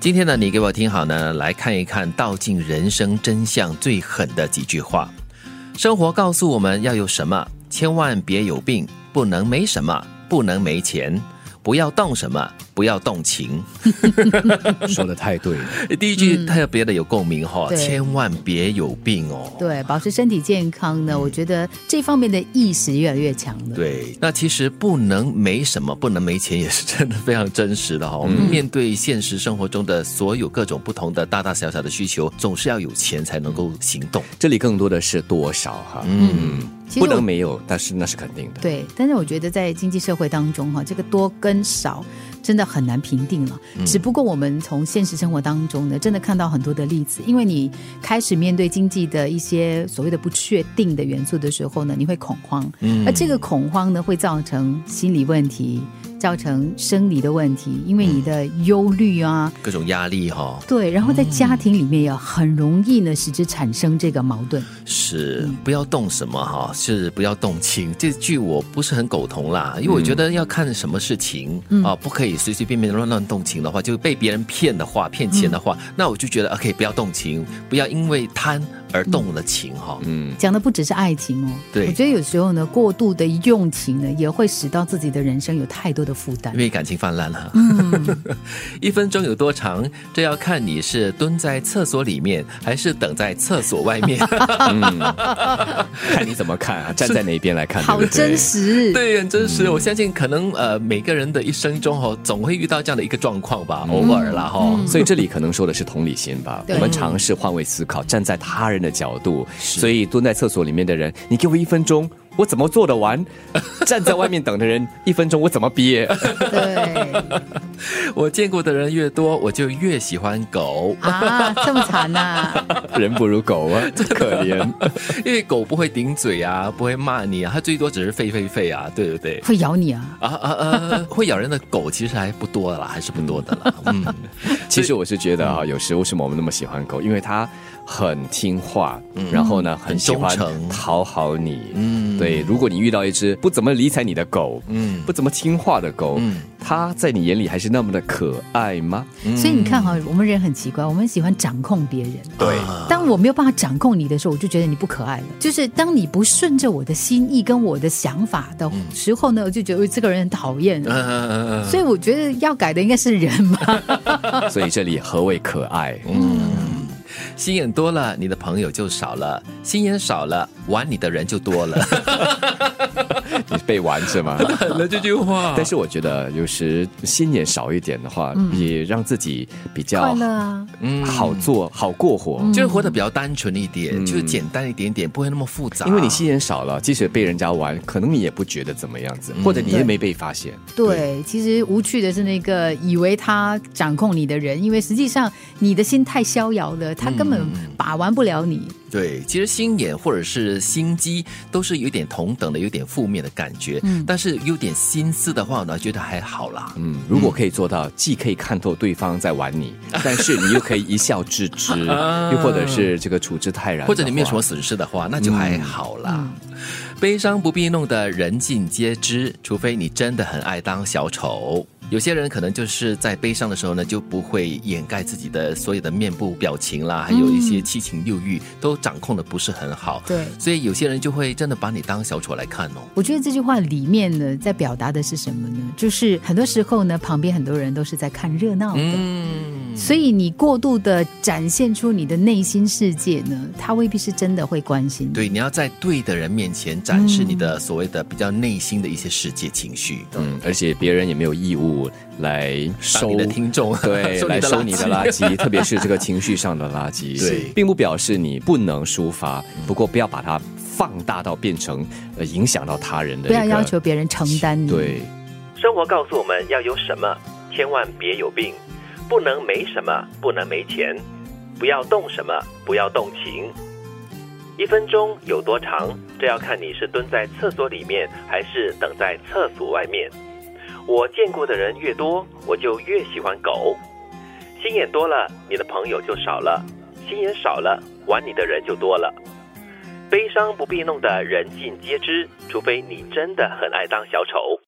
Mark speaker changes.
Speaker 1: 今天呢，你给我听好呢，来看一看道尽人生真相最狠的几句话。生活告诉我们要有什么，千万别有病，不能没什么，不能没钱，不要动什么，不要动情。
Speaker 2: 说的太对了，
Speaker 1: 第一句特别的有共鸣哈、
Speaker 3: 对
Speaker 1: 千万别有病哦。
Speaker 3: 对，保持身体健康
Speaker 2: 嗯
Speaker 3: 呢，我觉得这方面的意识越来越强了。
Speaker 1: 对，那其实不能没什么，不能没钱，也是真的非常真实的
Speaker 2: 嗯
Speaker 1: 哈、我们面对现实生活中的所有各种不同的大大小小的需求，总是要有钱才能够行动。
Speaker 2: 这里更多的是多少哈，嗯，
Speaker 3: 其实
Speaker 2: 不
Speaker 3: 我
Speaker 2: 能没有，但是那是肯定的。
Speaker 3: 对，但是我觉得在经济社会当中哈，这个多跟少真的很难评定了。
Speaker 2: 嗯
Speaker 3: 只不过我们从现实生活当中呢，真的看到很多的例子，因为你开始面对经济的一些所谓的不确定的元素的时候呢，你会恐慌，
Speaker 1: 嗯
Speaker 3: 而这个恐慌呢，会造成心理问题。造成生理的问题，因为你的忧虑啊，
Speaker 1: 各种压力哈、
Speaker 3: 对，然
Speaker 1: 嗯
Speaker 3: 后在家庭里面也很容易呢，使之产生这个矛盾。
Speaker 1: 是不要动什么哈，是不要动情。这句我不是很苟同啦，因为我觉得要看什么事情、
Speaker 2: 嗯
Speaker 1: 啊，不可以随随便便乱乱动情的话，就被别人骗的话，骗钱的话，
Speaker 2: 嗯
Speaker 1: 那我就觉得 OK，不要动情，不要因为贪而动了情哈。
Speaker 2: 嗯，
Speaker 3: 讲的不只是爱情哦，
Speaker 1: 对
Speaker 3: 我觉得有时候呢，过度的用情呢，也会使到自己的人生有太多的负担嗯
Speaker 1: 因。为感情泛滥了。 一分钟有多长？这要看你是蹲在厕所里面，还是等在厕所外面。
Speaker 2: 看你怎么看啊，站在哪一边来看，
Speaker 3: 好
Speaker 2: 对不对
Speaker 3: 真。实，
Speaker 1: 对，很真实。我相信，可能呃，每个人的一生中哦，总会遇到这样的一个状况吧，偶尔啦哈。
Speaker 2: 所以这里可能说的是同理心吧，
Speaker 3: 对
Speaker 2: 我们尝试换位思考，站在他人的角度。
Speaker 1: 是
Speaker 2: 所以蹲在厕所里面的人，你给我一分钟，我怎么做得完？站在外面等的人，一分钟我怎么 憋？
Speaker 3: 对
Speaker 1: 我见过的人越多，我就越喜欢狗，
Speaker 3: 啊，这么惨啊呐、
Speaker 2: 人不如狗啊，可怜。
Speaker 1: 因为狗不会顶嘴啊，不会骂你啊，它最多只是吠吠吠啊，对不对？
Speaker 3: 会咬你啊！
Speaker 1: 啊啊啊！会咬人的狗其实还不多啦，还是不多的啦。嗯，
Speaker 2: 其实我是觉得啊，有时为什么我们那么喜欢狗，因为它很听话，然后呢，很喜
Speaker 1: 嗯
Speaker 2: 欢
Speaker 1: 很忠诚
Speaker 2: 讨好你。
Speaker 1: 嗯
Speaker 2: 嗯，对，如果你遇到一只不怎么理睬你的狗，
Speaker 1: 嗯
Speaker 2: 嗯，不怎么听话的狗
Speaker 1: 嗯，
Speaker 2: 它在你眼里还是那么的可爱吗？
Speaker 3: 所以你看哈、我们人很奇怪，我们喜欢掌控别人。
Speaker 2: 对，
Speaker 1: 啊
Speaker 3: 当我没有办法掌控你的时候，我就觉得你不可爱了。就是当你不顺着我的心意跟我的想法的时候呢，我就觉得哎这个人很讨厌。
Speaker 1: 嗯嗯嗯嗯
Speaker 3: 所以我觉得要改的应该是人吧。
Speaker 2: 所以这里何谓可爱？
Speaker 1: 嗯 心眼多了，你的朋友就少了；心眼少了，玩你的人就多了。
Speaker 2: 你被玩 是吗？
Speaker 1: 了这句 话
Speaker 2: 但是我觉得有时心眼少一点的话，
Speaker 1: 嗯
Speaker 2: 也让自己比
Speaker 3: 快
Speaker 2: 较
Speaker 3: 乐啊！
Speaker 2: 好做、好过活。
Speaker 1: 就是活得比较单纯一点，就是简单一点点，不会那么复杂。
Speaker 2: 因为你心眼少了，即使被人家玩，可能你也不觉得怎么样
Speaker 1: 嗯
Speaker 2: 子，或者你也没被发现。
Speaker 3: 对，其实无趣的是那个以为他掌控你的人，因为实际上你的心太逍遥了，他根本把玩不了你。
Speaker 1: 对，其实心眼或者是心机都是有点同等的，有点负面的感觉。但是有点心思的话呢，觉得还好啦。
Speaker 2: 嗯，如果可以做到，既可以看透对方在玩你，
Speaker 1: 嗯
Speaker 2: 但是你又可以一笑置之， 又或者是这个处之泰然的话，
Speaker 1: 啊或者你没有什么损失的话，那就还好啦。嗯悲伤不必弄得人尽皆知，除非你真的很爱当小丑。有些人可能就是在悲伤的时候呢，就不会掩盖自己的所有的面部表情啦，还有一些七情六欲、都掌控的不是很好。
Speaker 3: 对
Speaker 1: 所以有些人就会真的把你当小丑来看哦。
Speaker 3: 我觉得这句话里面呢，在表达的是什么呢？就是很多时候呢，旁边很多人都是在看热闹的，
Speaker 1: 嗯，
Speaker 3: 所以你过度的展现出你的内心世界呢，他未必是真的会关心你。
Speaker 1: 对，你要在对的人面前展示你的所谓的比较内心的一些世界情绪。
Speaker 2: 嗯，而且别人也没有义务来
Speaker 1: 当
Speaker 2: 收
Speaker 1: 你的听众，
Speaker 2: 对，
Speaker 1: 收你
Speaker 2: 来
Speaker 1: 的
Speaker 2: 收
Speaker 1: 垃
Speaker 2: 你
Speaker 1: 圾
Speaker 2: 的 垃圾，特别是这个情绪上的垃圾，
Speaker 1: 对嗯
Speaker 2: 并不表示你不能抒发，不过不要把它放大到变成呃影响到他人的
Speaker 3: 不要
Speaker 2: 一个
Speaker 3: 要求别人承担你。
Speaker 2: 对。
Speaker 4: 生活告诉我们要有什么，千万别有病，不能没什么，不能没钱，不要动什么，不要动情。一分钟有多长？这要看你是蹲在厕所里面，还是等在厕所外面。我见过的人越多，我就越喜欢狗。心眼多了，你的朋友就少了；心眼少了，玩你的人就多了。悲伤不必弄得人尽皆知，除非你真的很爱当小丑。